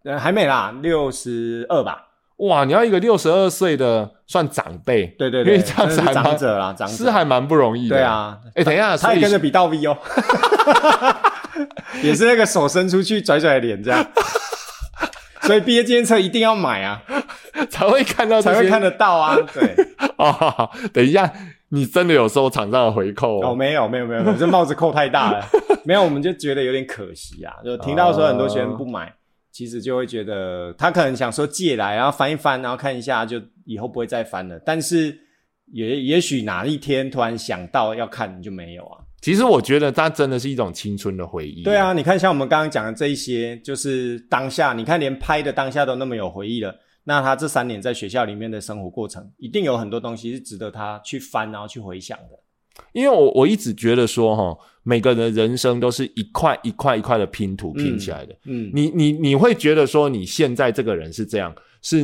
B: 呃还没啦，六十二吧？
A: 哇，你要一个六十二岁的算长辈，
B: 对对
A: 因
B: 对，
A: 为这样子
B: 真
A: 还
B: 的是
A: 蛮
B: 长者啦，长者
A: 是还蛮不容易的。
B: 对，啊，
A: 哎、等一下，所
B: 他
A: 以
B: 也跟着比倒 V 哦， 也是那个手伸出去拽拽脸这样。 所以毕业纪念册一定要买啊，
A: 才会看到这
B: 才
A: 些
B: 会看得到啊。对，
A: 哦，等一下，你真的有收厂商的回扣
B: 哦，
A: 哦？
B: 没有没有没有，我这帽子扣太大 了，没有，我们就觉得有点可惜啊。就听到说很多学生不买，其实就会觉得他可能想说借来，然后翻一翻，然后看一下，就以后不会再翻了。但是也也许哪一天突然想到要看，你就没有啊。
A: 其实我觉得它真的是一种青春的回忆。
B: 对，啊，你看像我们刚刚讲的这一些，就是当下，你看连拍的当下都那么有回忆了，那他这三年在学校里面的生活过程，一定有很多东西是值得他去翻，然后去回想的。
A: 因为我我一直觉得说哈，每个人的人生都是一块一块一块的拼图拼起来的。
B: 嗯，
A: 你你你会觉得说你现在这个人是这样，是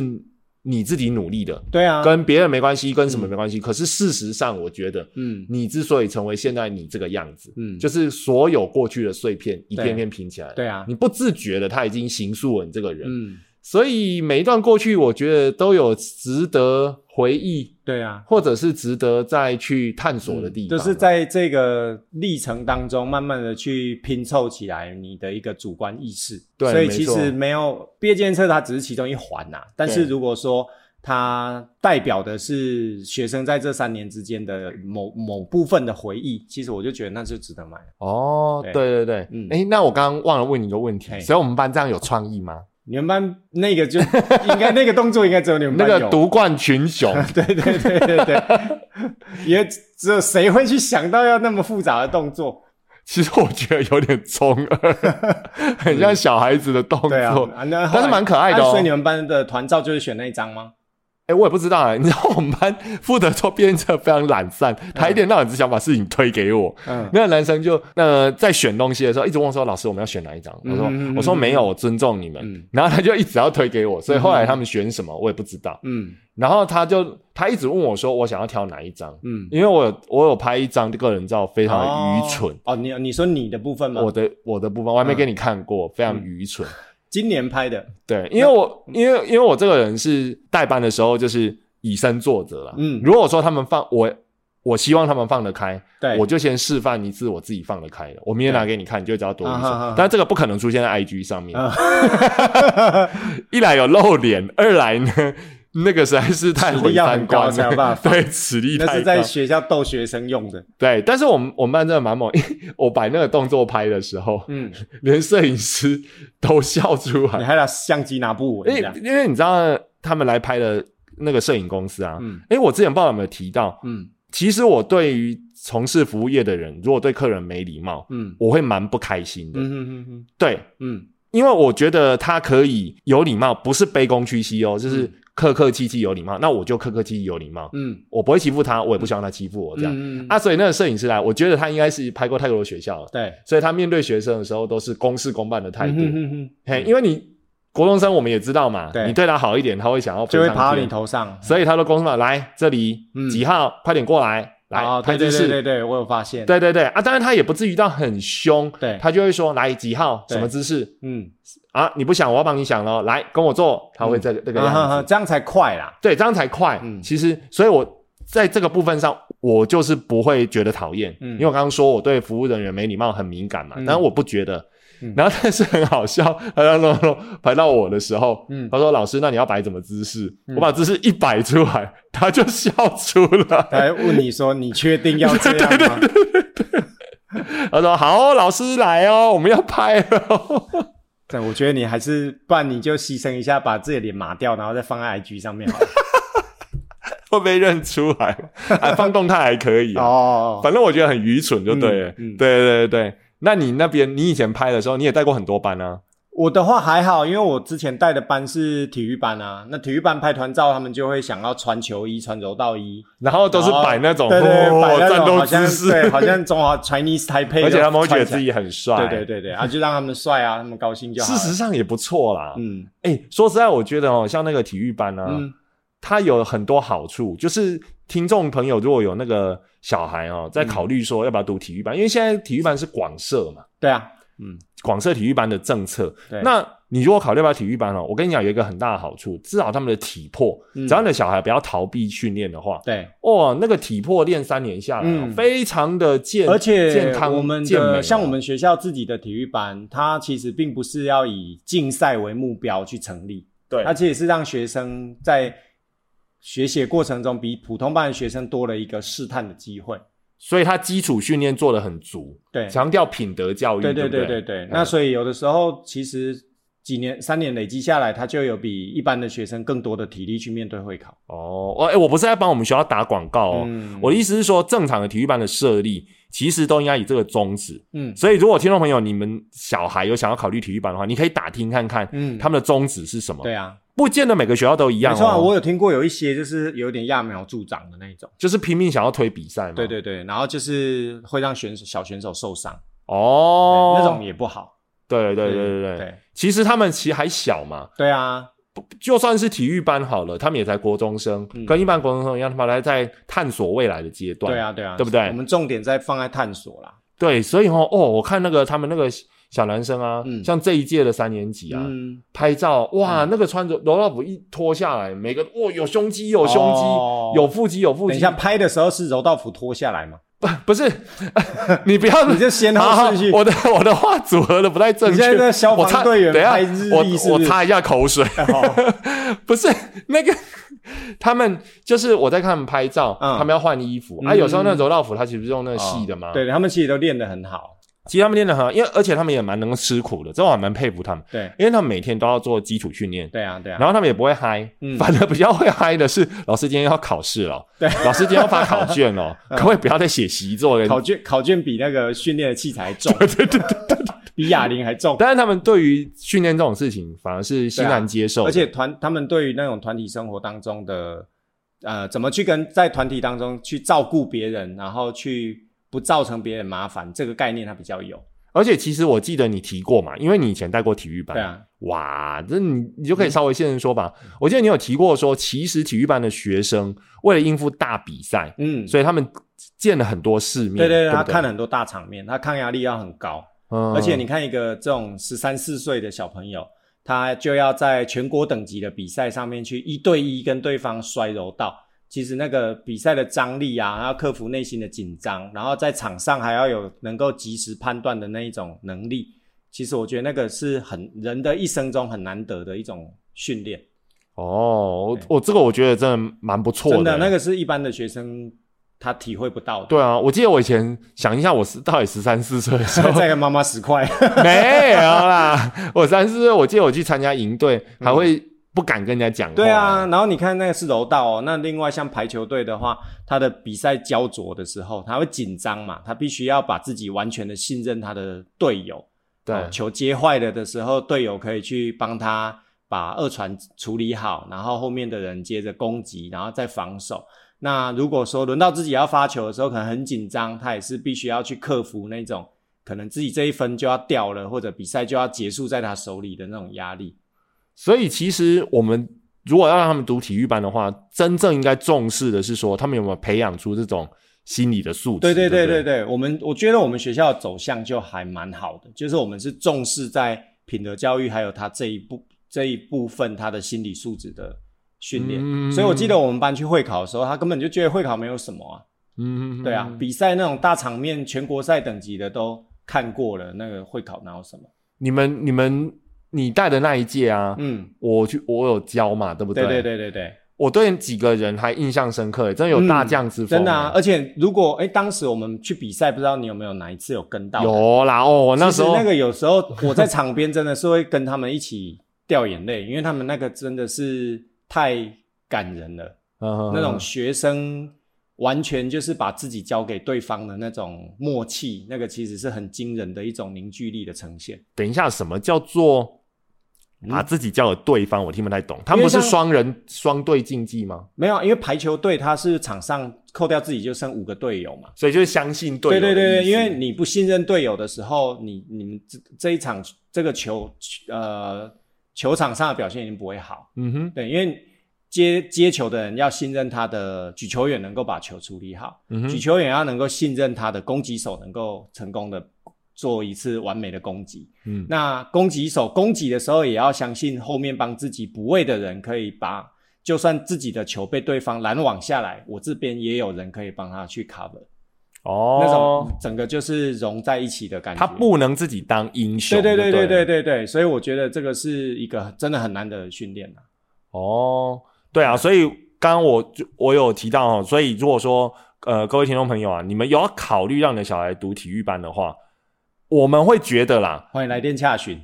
A: 你自己努力的，
B: 对啊，
A: 跟别人没关系，跟什么没关系。可是事实上，我觉得
B: 嗯
A: 你之所以成为现在你这个样子，
B: 嗯，
A: 就是所有过去的碎片一
B: 对
A: 片片拼起来。
B: 对啊
A: 你不自觉的，它已经形塑了你这个人。
B: 嗯，
A: 所以每一段过去，我觉得都有值得回忆，
B: 对啊，
A: 或者是值得再去探索的地方。
B: 嗯
A: 啊
B: 就是在这个历程当中，慢慢的去拼凑起来你的一个主观意识。
A: 对
B: 所以
A: 没
B: 其
A: 错
B: 实没有毕业监测，它只是其中一环呐、但是
A: 对
B: 如果说它代表的是学生在这三年之间的某某部分的回忆，其实我就觉得那就值得买。
A: 哦，
B: 对
A: 对对对，
B: 嗯哎
A: 哎、那我刚刚忘了问你一个问题
B: 嘿，
A: 所以我们班这样有创意吗？
B: 你们班那个就应该那个动作应该只有你们
A: 那
B: 班有。
A: 个独冠群 雄，
B: 对对对对 对，也只有谁会去想到要那么复杂的动作？
A: 其实我觉得有点中 二，很像小孩子的动作。
B: 对啊，啊那后来
A: 但是蛮可爱的哦
B: 啊所以你们班的团照就是选那一张吗？
A: 哎、我也不知道哎、 你知道我们班负责做编测非常懒散，他一天到晚只想把事情推给我。
B: 嗯，
A: 那个男生就呃在选东西的时候一直问我说：“老师，我们要选哪一张？”我说：“
B: 嗯嗯嗯
A: 我说没有，我尊重你们。
B: 嗯
A: 然后他就一直要推给我，所以后来他们选什么我也不知道。
B: 嗯
A: 然后他就他一直问我说：“我想要挑哪一张？”
B: 嗯，
A: 因为我有我有拍一张个人照，非常的愚蠢。
B: 哦。哦，你你说你的部分吗？
A: 我的我的部分我还没
B: 嗯
A: 给你看过，非常愚蠢。
B: 今年拍的，
A: 对，因为我因为因为我这个人是代班的时候就是以身作则啦。
B: 嗯
A: 如果说他们放我，我希望他们放得开，
B: 对，
A: 我就先示范一次我自己放得开的。我明天拿给你看，你就知道多愚
B: 啊哈哈
A: 蠢
B: 哈。
A: 但这个不可能出现在 IG 上面，
B: 啊
A: 一来有露脸，二来呢。 那个实在是太
B: 实力
A: 毁
B: 要
A: 三
B: 很高
A: 观
B: 才有办
A: 了，
B: 法
A: 对，实力
B: 那
A: 太
B: 是
A: 高
B: 在。学校逗学生用的。
A: 对，但是我们我们班真的蛮猛，因为我摆那个动作拍的时候，
B: 嗯，
A: 连摄影师都笑出来
B: 你。还把相机拿不稳
A: 因
B: 这
A: 为
B: 样。
A: 因为你知道他们来拍的那个摄影公司啊，
B: 嗯
A: 哎、我之前不知道有没有提到，
B: 嗯
A: 其实我对于从事服务业的人，如果对客人没礼貌，
B: 嗯
A: 我会蛮不开心
B: 嗯
A: 的。
B: 嗯嗯
A: 对，
B: 嗯
A: 因为我觉得他可以有礼貌，不是卑躬屈膝哦，就是
B: 嗯
A: 客客气气有礼貌。那我就客客气气有礼貌，
B: 嗯，
A: 我不会欺负他，我也不希望他欺负我这样。
B: 嗯
A: 啊，，所以那个摄影师来，我觉得他应该是拍过太多的学校了，
B: 对，
A: 所以他面对学生的时候都是公事公办的态度。
B: 嗯嗯嗯，
A: 嘿，因为你国中生我们也知道嘛，
B: 对
A: 你对他好一点，他会想要
B: 就会
A: 分
B: 爬
A: 上
B: 到
A: 去
B: 你，头上。
A: 所以他都公司嘛，来这里、
B: 嗯
A: 几号，快点过来，来
B: 哦，对
A: 拍
B: 对
A: 姿
B: 对对
A: 势。
B: 对，我有发现。，
A: 对对对啊，当然他也不至于到很凶，
B: 对
A: 他就会说来几号
B: 对
A: 什么姿势
B: 嗯，
A: 啊，你不想我要帮你想咯，来跟我做，他会这个、这个
B: 啊哈
A: 样
B: 哈
A: 子，
B: 这样才快 啦。
A: 对，这样才快。
B: 嗯
A: 其实，所以我在这个部分上，我就是不会觉得讨厌，
B: 嗯
A: 因为我刚刚说我对服务人员没礼貌很敏感嘛，
B: 嗯
A: 但是我不觉得。
B: 嗯
A: 然后但是很好笑，他让弄弄排到我的时候，
B: 嗯
A: 他说：“老师，那你要摆怎么姿势？”
B: 嗯
A: 我把姿势一摆出来，他就笑出
B: 他
A: 来。
B: 还问你说：“你确定要这样吗？”
A: 他说：“好哦，老师来哦，我们要拍哦。
B: 对，我觉得你还是，不然你就牺牲一下，把自己的脸码掉，然后再放在 IG 上面 好了。”
A: 会被认出来，哎，放动态还可以、啊，
B: 哦，
A: 反正我觉得很愚蠢就对了。
B: 嗯嗯
A: 对对对对，那你那边你以前拍的时候，你也带过很多班啊？
B: 我的话还好，因为我之前带的班是体育班啊，那体育班拍团照，他们就会想要穿球衣、穿柔道衣，
A: 然后都是摆那种
B: 对对，
A: 哦
B: 摆那
A: 战
B: 种
A: 斗
B: 好像
A: 姿势，
B: 对，好像中华 Chinese Taipei，
A: 而且他们会觉得
B: 就穿起
A: 自
B: 来
A: 己很帅，
B: 对对对对，啊，就让他们帅啊，他们高兴就好
A: 事
B: 了。
A: 实上也不错啦。
B: 嗯
A: 哎、说实在，我觉得哦，像那个体育班呢、啊，
B: 嗯
A: 它有很多好处，就是听众朋友如果有那个小孩哦，
B: 嗯
A: 在考虑说要不要读体育班，因为现在体育班是广设嘛，
B: 对啊，嗯，
A: 广设体育班的政策。
B: 对
A: 那你如果考虑要不要体育班哦，我跟你讲有一个很大的好处，至少他们的体魄，
B: 嗯
A: 只要你的小孩不要逃避训练的话，
B: 对，
A: 哇，那个体魄练三年下来、哦，
B: 嗯
A: 非常的健，
B: 而且
A: 健康
B: 我们
A: 健美哦
B: 的像我们学校自己的体育班，它其实并不是要以竞赛为目标去成立，
A: 对
B: 它其实是让学生在学习的过程中比普通班的学生多了一个试探的机会。
A: 所以他基础训练做得很足，
B: 对，
A: 强调品德教育，
B: 对
A: 对嗯
B: 对
A: 不
B: 对对对。那所以有的时候其实几年三年累积下来，他就有比一般的学生更多的体力去面对会考。
A: 哦，我、哎，我不是在帮我们学校打广告哦，
B: 嗯
A: 我的意思是说，正常的体育班的设立其实都应该以这个宗旨。
B: 嗯
A: 所以，如果听众朋友你们小孩有想要考虑体育班的话，你可以打听看看
B: 嗯，
A: 他们的宗旨是什么。
B: 对啊，
A: 不见得每个学校都一样
B: 没
A: 哦。
B: 错啊，我有听过有一些就是有点揠苗助长的那一种。
A: 就是拼命想要推比赛嘛。
B: 对。对对，然后就是会让选手小选手受伤，
A: 哦，
B: 对那种。也不好。
A: 对对对对对
B: 对对
A: 其实他们其实还小嘛，
B: 对啊，
A: 就算是体育班好了，他们也才国中生，
B: 嗯
A: 跟一般国中生一样，他们还在探索未来的阶段。
B: 对啊，对啊，
A: 对不对
B: 我们重点在放在探索啦。
A: 对，所以哦，哦，我看那个他们那个小男生啊，
B: 嗯
A: 像这一届的三年级啊，
B: 嗯，
A: 拍照哇，那个穿着柔道服一脱下来，每个哦有胸肌有胸肌，
B: 哦
A: 有腹肌有腹肌。
B: 等一下拍的时候是柔道服脱下来嘛？
A: 不是你不要
B: 你就先
A: 好
B: 后
A: 好
B: 顺序。
A: 我的我的话组合的不太正
B: 你
A: 确。
B: 现在在消
A: 我
B: 防
A: 擦
B: 队员
A: 等一下
B: 拍日历是
A: 我
B: 不
A: 我
B: 是
A: 擦一下口 水，
B: 哦
A: 不是那个。他们就是我在看他们拍照，
B: 嗯
A: 他们要换衣服、啊。
B: 嗯
A: 有时候那柔道服它其实不是用那个细的嘛，
B: 哦对，他们其实都练得很好。
A: 其实他们练得很好，因为而且他们也蛮能够吃苦的，这我还蛮佩服他们，
B: 对，
A: 因为他们每天都要做基础训练，
B: 对啊，对啊。
A: 然后他们也不会嗨，
B: 嗯
A: 反而比较会嗨的是老师今天要考试了，
B: 对嗯
A: 老师今天要发考卷 哦，可不可以不要再写习作了？
B: 考卷考卷比那个训练的器材还重，对对对对，比哑铃还重。
A: 但是他们对于训练这种事情反而是欣然接受的、
B: 啊而且团他们对于那种团体生活当中的，呃，怎么去跟在团体当中去照顾别人，然后去不造成别人麻烦，这个概念他比较有。
A: 而且其实我记得你提过嘛，因为你以前带过体育班，
B: 对啊，嗯
A: 哇，这你你就可以稍微现身说法。我记得你有提过说，其实体育班的学生为了应付大比赛，
B: 嗯，
A: 所以他们见了很多世面，
B: 对对
A: 对
B: 对，
A: 不
B: 他看了很多大场面，他抗压力要很高。
A: 嗯
B: 而且你看一个这种十三四岁的小朋友，他就要在全国等级的比赛上面去一对一跟对方摔柔道，其实那个比赛的张力啊，还要克服内心的紧张，然后在场上还要有能够及时判断的那一种能力，其实我觉得那个是很人的一生中很难得的一种训练，
A: 哦，我我这个我觉得真的蛮不错
B: 真的
A: 欸
B: 那个是一般的学生他体会不到的。
A: 对啊，我记得我以前想一下，我是到底十三四岁的 时候
B: 再给妈妈十块，
A: 没有啦，我三四岁，我记得我去参加营队，还会不敢跟人家讲话。欸
B: 嗯对啊，，然后你看那个是柔道哦，那另外像排球队的话，他的比赛焦灼的时候，他会紧张嘛，他必须要把自己完全的信任他的队友。
A: 对
B: 哦球接坏了的时候，队友可以去帮他把二传处理好，然后后面的人接着攻击，然后再防守。那如果说轮到自己要发球的时候，可能很紧张，他也是必须要去克服那种可能自己这一分就要掉了，或者比赛就要结束在他手里的那种压力。
A: 所以其实我们如果要让他们读体育班的话，真正应该重视的是说他们有没有培养出这种心理的素质。
B: 对
A: 对
B: 对对
A: 不
B: 对对，我们我觉得我们学校的走向就还蛮好的，就是我们是重视在品德教育，还有他这一部这一部分他的心理素质的训练。
A: 嗯
B: 所以我记得我们班去会考的时候，他根本就觉得会考没有什么啊，
A: 嗯，
B: 对啊，比赛那种大场面、全国赛等级的都看过了，那个会考哪有什么？
A: 你们你们你带的那一届啊，
B: 嗯，
A: 我去我有教嘛，对不
B: 对
A: 对
B: 对对对对。
A: 我对几个人还印象深刻，真的有大将之风、
B: 真的啊！。而且如果哎，当时我们去比赛，不知道你有没有哪一次有跟到？
A: 有啦哦，我那时
B: 其
A: 候
B: 实那个有时候我在场边真的是会跟他们一起掉眼泪，因为他们那个真的是太感人了，那
A: 那
B: 种学生完全就是把自己交给对方的那种默契，那个其实是很惊人的一种凝聚力的呈现。
A: 等一下，什么叫做把自己交给对方，我听不太懂。他们不是
B: 嗯因为像
A: 双人双队竞技吗？
B: 没有，因为排球队他是场上扣掉自己就剩五个队友嘛。
A: 所以就是相信队友的
B: 对
A: 意思。
B: 对对，因为你不信任队友的时候，你你们这这一场这个球呃球场上的表现一定不会好。
A: 嗯哼，
B: 对，因为接接球的人要信任他的举球员能够把球处理好，
A: 嗯
B: 举
A: 哼，
B: 球员要能够信任他的攻击手能够成功的做一次完美的攻击。
A: 嗯
B: 那攻击手攻击的时候，也要相信后面帮自己补位的人可以把，就算自己的球被对方拦网下来，我这边也有人可以帮他去 cover，、那
A: 哦
B: 种，整个就是融在一起的感觉。
A: 他不能自己当英雄
B: 对
A: 就
B: 对
A: 了。
B: 对对对对对，所以我觉得这个是一个真的很难得的训练啊。
A: 哦，对啊，所以刚刚我就我有提到哦，所以如果说呃各位听众朋友啊，你们有要考虑让你的小孩读体育班的话，我们会觉得 啦，
B: 欢迎来电洽询，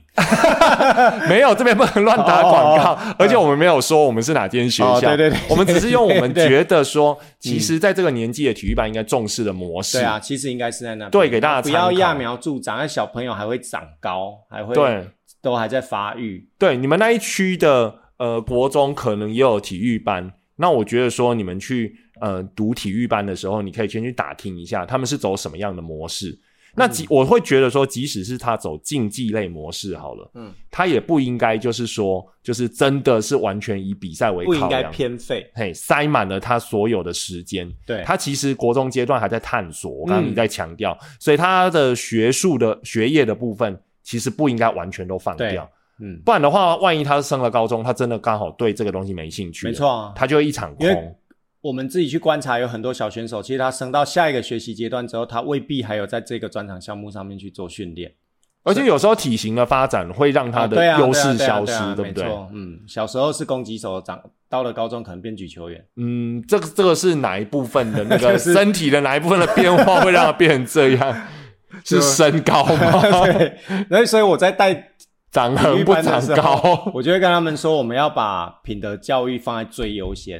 A: 没有这边不能乱打广告，
B: 哦哦哦
A: 而且我们没有说我们是哪间学校，
B: 哦对对对
A: 我们只是用我们
B: 对对
A: 觉得说，其实在这个年纪的体育班应该重视的模式。
B: 对啊，其实应该是在那边
A: 对给大家
B: 不要
A: 参考
B: 揠苗助长，那小朋友还会长高，还会
A: 对
B: 都还在发育，
A: 对，你们那一区的呃国中可能也有体育班，那我觉得说你们去呃读体育班的时候，你可以先去打听一下他们是走什么样的模式。那
B: 嗯
A: 即我会觉得说，即使是他走竞技类模式好了，
B: 嗯，
A: 他也不应该就是说，就是真的是完全以比赛为
B: 不应
A: 考
B: 该
A: 量，
B: 偏废。
A: 嘿，塞满了他所有的时间。
B: 对，嗯
A: 他其实国中阶段还在探索，我刚刚一再强调，所以他的学术的学业的部分，其实不应该完全都放
B: 对
A: 掉。
B: 嗯，
A: 不然的话，万一他升了高中，他真的刚好对这个东西没兴趣，
B: 没，错啊。
A: 他就会一场
B: 因为
A: 空。
B: 我们自己去观察，有很多小选手，其实他升到下一个学习阶段之后，他未必还有在这个专场项目上面去做训练，
A: 而且有时候体型的发展会让他
B: 啊对
A: 的
B: 啊
A: 优势消失，
B: 对啊对啊对啊
A: 对不对
B: 没？错，嗯，小时候是攻击手，长到了高中可能变举 球员，
A: 嗯，这个这个是哪一部分的 那个
B: 就是
A: 身体的哪一部分的变化会让他变成这 样？是
B: 就
A: 身高吗？
B: 对，然后所以我在带
A: 长
B: 体
A: 横
B: 育
A: 不
B: 班的
A: 长
B: 时候，
A: 高？
B: 我就会跟他们说，我们要把品德教育放在最优先，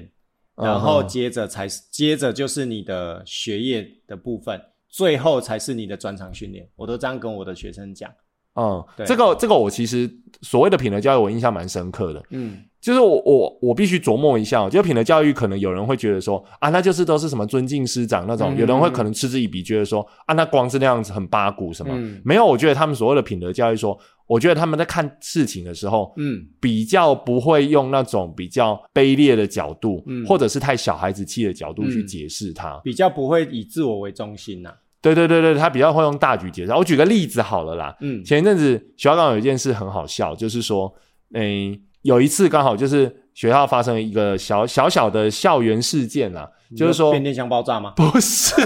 B: 然后
A: 嗯哼
B: 接着才是接着就是你的学业的部分，最后才是你的专场训练，我都这样跟我的学生讲，
A: 嗯，
B: 对
A: 这个这个我其实所谓的品德教育，我印象蛮深刻的。
B: 嗯。
A: 就是我我我必须琢磨一下、哦，就品德教育可能有人会觉得说啊，那就是都是什么尊敬师长那种，
B: 嗯
A: 有人会可能嗤之以鼻，觉得说啊，那光是那样子很八股什么。
B: 嗯
A: 没有，我觉得他们所谓的品德教育说，我觉得他们在看事情的时候。
B: 嗯，
A: 比较不会用那种比较卑劣的角度，
B: 嗯
A: 或者是太小孩子气的角度去
B: 嗯
A: 解释它。
B: 比较不会以自我为中心呐、
A: 对对对对，他比较会用大局解释。我举个例子好了啦，
B: 嗯
A: 前一阵子学校刚好有一件事很好笑，就是说，诶、有一次刚好就是学校发生了一个小小小的校园事件啊 啦，
B: 你
A: 就是说
B: 变电箱爆炸吗？
A: 不是，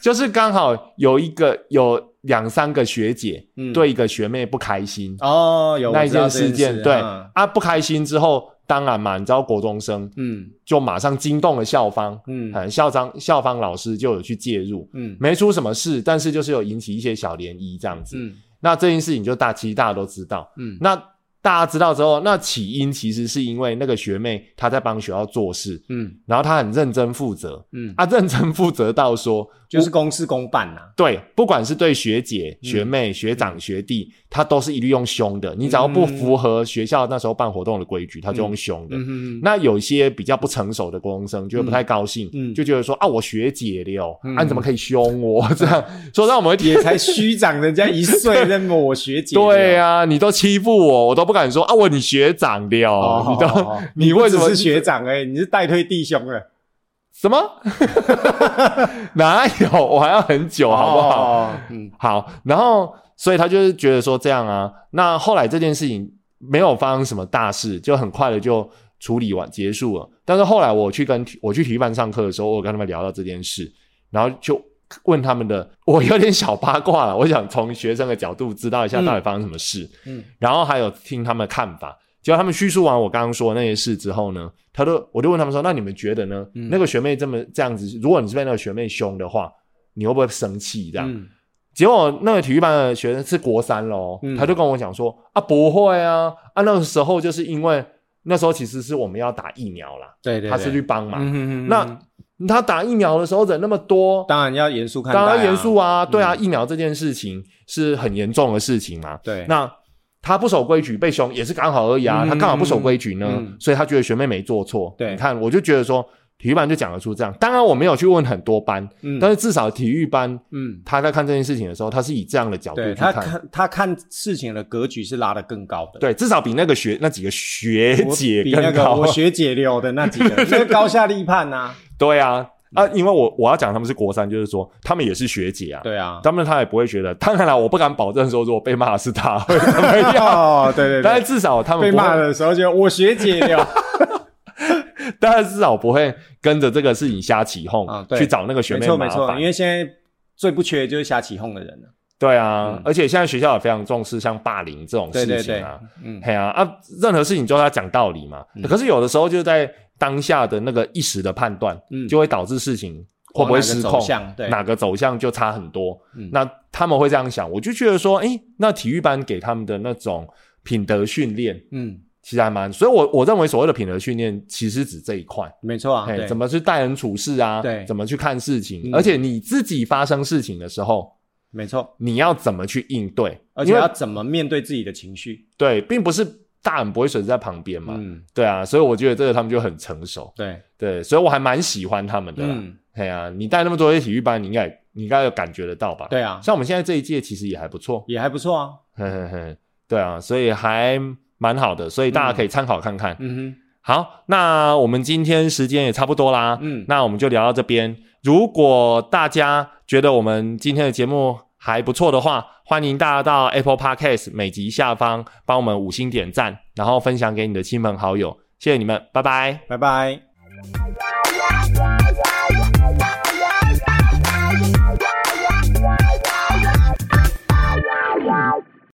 A: 就是刚好有一个有两三个学姐
B: 嗯，
A: 对一个学妹不开心，
B: 哦，有
A: 那
B: 我
A: 一
B: 知道
A: 件
B: 这
A: 事件，
B: 事
A: 对、
B: 嗯
A: 啊，不开心之后，当然嘛，你知道国中生
B: 嗯
A: 就马上惊动了校方，
B: 嗯
A: 嗯，校长校方老师就有去介入，
B: 嗯
A: 没出什么事，但是就是有引起一些小涟漪这样子，
B: 嗯
A: 那这件事情就大其实大家都知道。
B: 嗯
A: 那大家知道之后，那起因其实是因为那个学妹她在帮学校做事，
B: 嗯
A: 然后她很认真负责，
B: 嗯，
A: 她认真负责到说，
B: 就是公事公办呐、
A: 对，不管是对学姐、
B: 嗯
A: 学妹、学长、学弟，她都是一律用凶的。你只要不符合学校那时候办活动的规矩，她就用凶的。
B: 嗯哼
A: 那有些比较不成熟的高中生就会不太高兴，
B: 嗯嗯
A: 就觉得说啊，我学姐了哦，
B: 嗯
A: 啊，你怎么可以凶我？ 这样说让我们会
B: 也才虚长人家一岁，认我学姐。
A: 对
B: 呀、
A: 啊，你都欺负我，我都不敢说啊，我你学长的哦，
B: 哦
A: 你都、
B: 哦
A: 你为什
B: 只
A: 么
B: 是学长哎、你是代推弟兄了，
A: 什 么？哪有？我还要很久，好不好？
B: 哦？嗯
A: 好，然后所以他就是觉得说这样啊，那后来这件事情没有发生什么大事，就很快的就处理完结束了。但是后来我去跟我去体育班上课的时候，我有跟他们聊到这件事，然后就。问他们的， 我有点小八卦了，我想从学生的角度知道一下到底发生什么事。
B: 嗯
A: 然后还有听他们的看法。结果他们叙述完我刚刚说的那些事之后呢，他都我就问他们说：“那你们觉得呢？
B: 嗯
A: 那个学妹这么这样子，如果你是被那个学妹凶的话，你会不会生气？”这样，
B: 嗯
A: 结果那个体育班的学生是国三喽，
B: 嗯
A: 他就跟我讲说：“啊，不会啊，啊那个时候就是因为那时候其实是我们要打疫苗啦，
B: 对对对，
A: 他是去帮忙。
B: 嗯哼哼哼
A: 那他打疫苗的时候人那么多，
B: 当然要严肃看待、啊，
A: 当然严肃啊，对啊，疫苗这件事情是很严重的事情嘛。
B: 对，
A: 那他不守规矩被凶也是刚好而已啊，
B: 嗯
A: 他刚好不守规矩呢，
B: 嗯
A: 所以他觉得学妹没做错。
B: 对
A: 你看我就觉得说体育班就讲得出这样，当然我没有去问很多班，
B: 嗯
A: 但是至少体育班
B: 嗯，
A: 他在看这件事情的时候，他是以这样的角度
B: 对
A: 去
B: 他
A: 看。
B: 看他看事情的格局是拉得更高的。
A: 对，至少比那个学那几个学
B: 我
A: 姐
B: 比
A: 更
B: 那个
A: 高。啊
B: 我学姐流的那几个，那个高下立判呐。
A: 对啊，啊，因为我我要讲他们是国三，就是说他们也是学姐啊。
B: 对啊，
A: 他们他也不会觉得，当然了，我不敢保证说如果被骂的是他会怎么样，
B: 哦， 对对
A: 但
B: 对
A: 是，至少他们
B: 被
A: 不会
B: 骂的时候就我学姐流，
A: 当然至少不会跟着这个事情瞎起哄，
B: 啊对
A: 去找那个学
B: 没
A: 妹
B: 错
A: 麻
B: 没错，
A: 烦
B: 因。为现在最不缺的就是瞎起哄的人了。
A: 对啊，
B: 嗯
A: 而且现在学校也非常重视像霸凌这种
B: 对
A: 事情啊。
B: 对对，嗯，
A: 嘿啊啊，任何事情都要讲道理嘛。可是有的时候就在当下的那个一时的判断，
B: 嗯
A: 就会导致事情会不会失
B: 往哪个走
A: 控，
B: 向对
A: 哪个走向就差很多。
B: 嗯
A: 那他们会这样想，我就觉得说，诶，那体育班给他们的那种品德训练，
B: 嗯，
A: 其实还蛮……所以我我认为所谓的品德训练，其实指这一块。
B: 没错啊，
A: 哎，
B: 对
A: 怎，么去待人处事啊？
B: 对
A: 怎么去看事情？
B: 嗯
A: 而且你自己发生事情的时候，
B: 没错，
A: 你要怎么去应对？
B: 而且
A: 因为
B: 要怎么面对自己的情绪，
A: 对，并不是大人不会损在旁边嘛。
B: 嗯，
A: 对啊，所以我觉得这个他们就很成熟。
B: 对，
A: 对，所以我还蛮喜欢他们的啦。
B: 嗯，
A: 哎呀、你带那么多的体育班，你应该你应该有感觉得到吧？，
B: 对啊，
A: 像我们现在这一届其实也还不错，
B: 也还不错啊，
A: 嘿嘿嘿，对啊，所以还蛮好的，所以大家可以参考看看。
B: 嗯
A: 好，那我们今天时间也差不多啦，
B: 嗯
A: 那我们就聊到这边。如果大家觉得我们今天的节目还不错的话，欢迎大家到 Apple Podcast 每集下方帮我们五星点赞，然后分享给你的亲朋好友，谢谢你们，拜拜。
B: 哼，拜拜。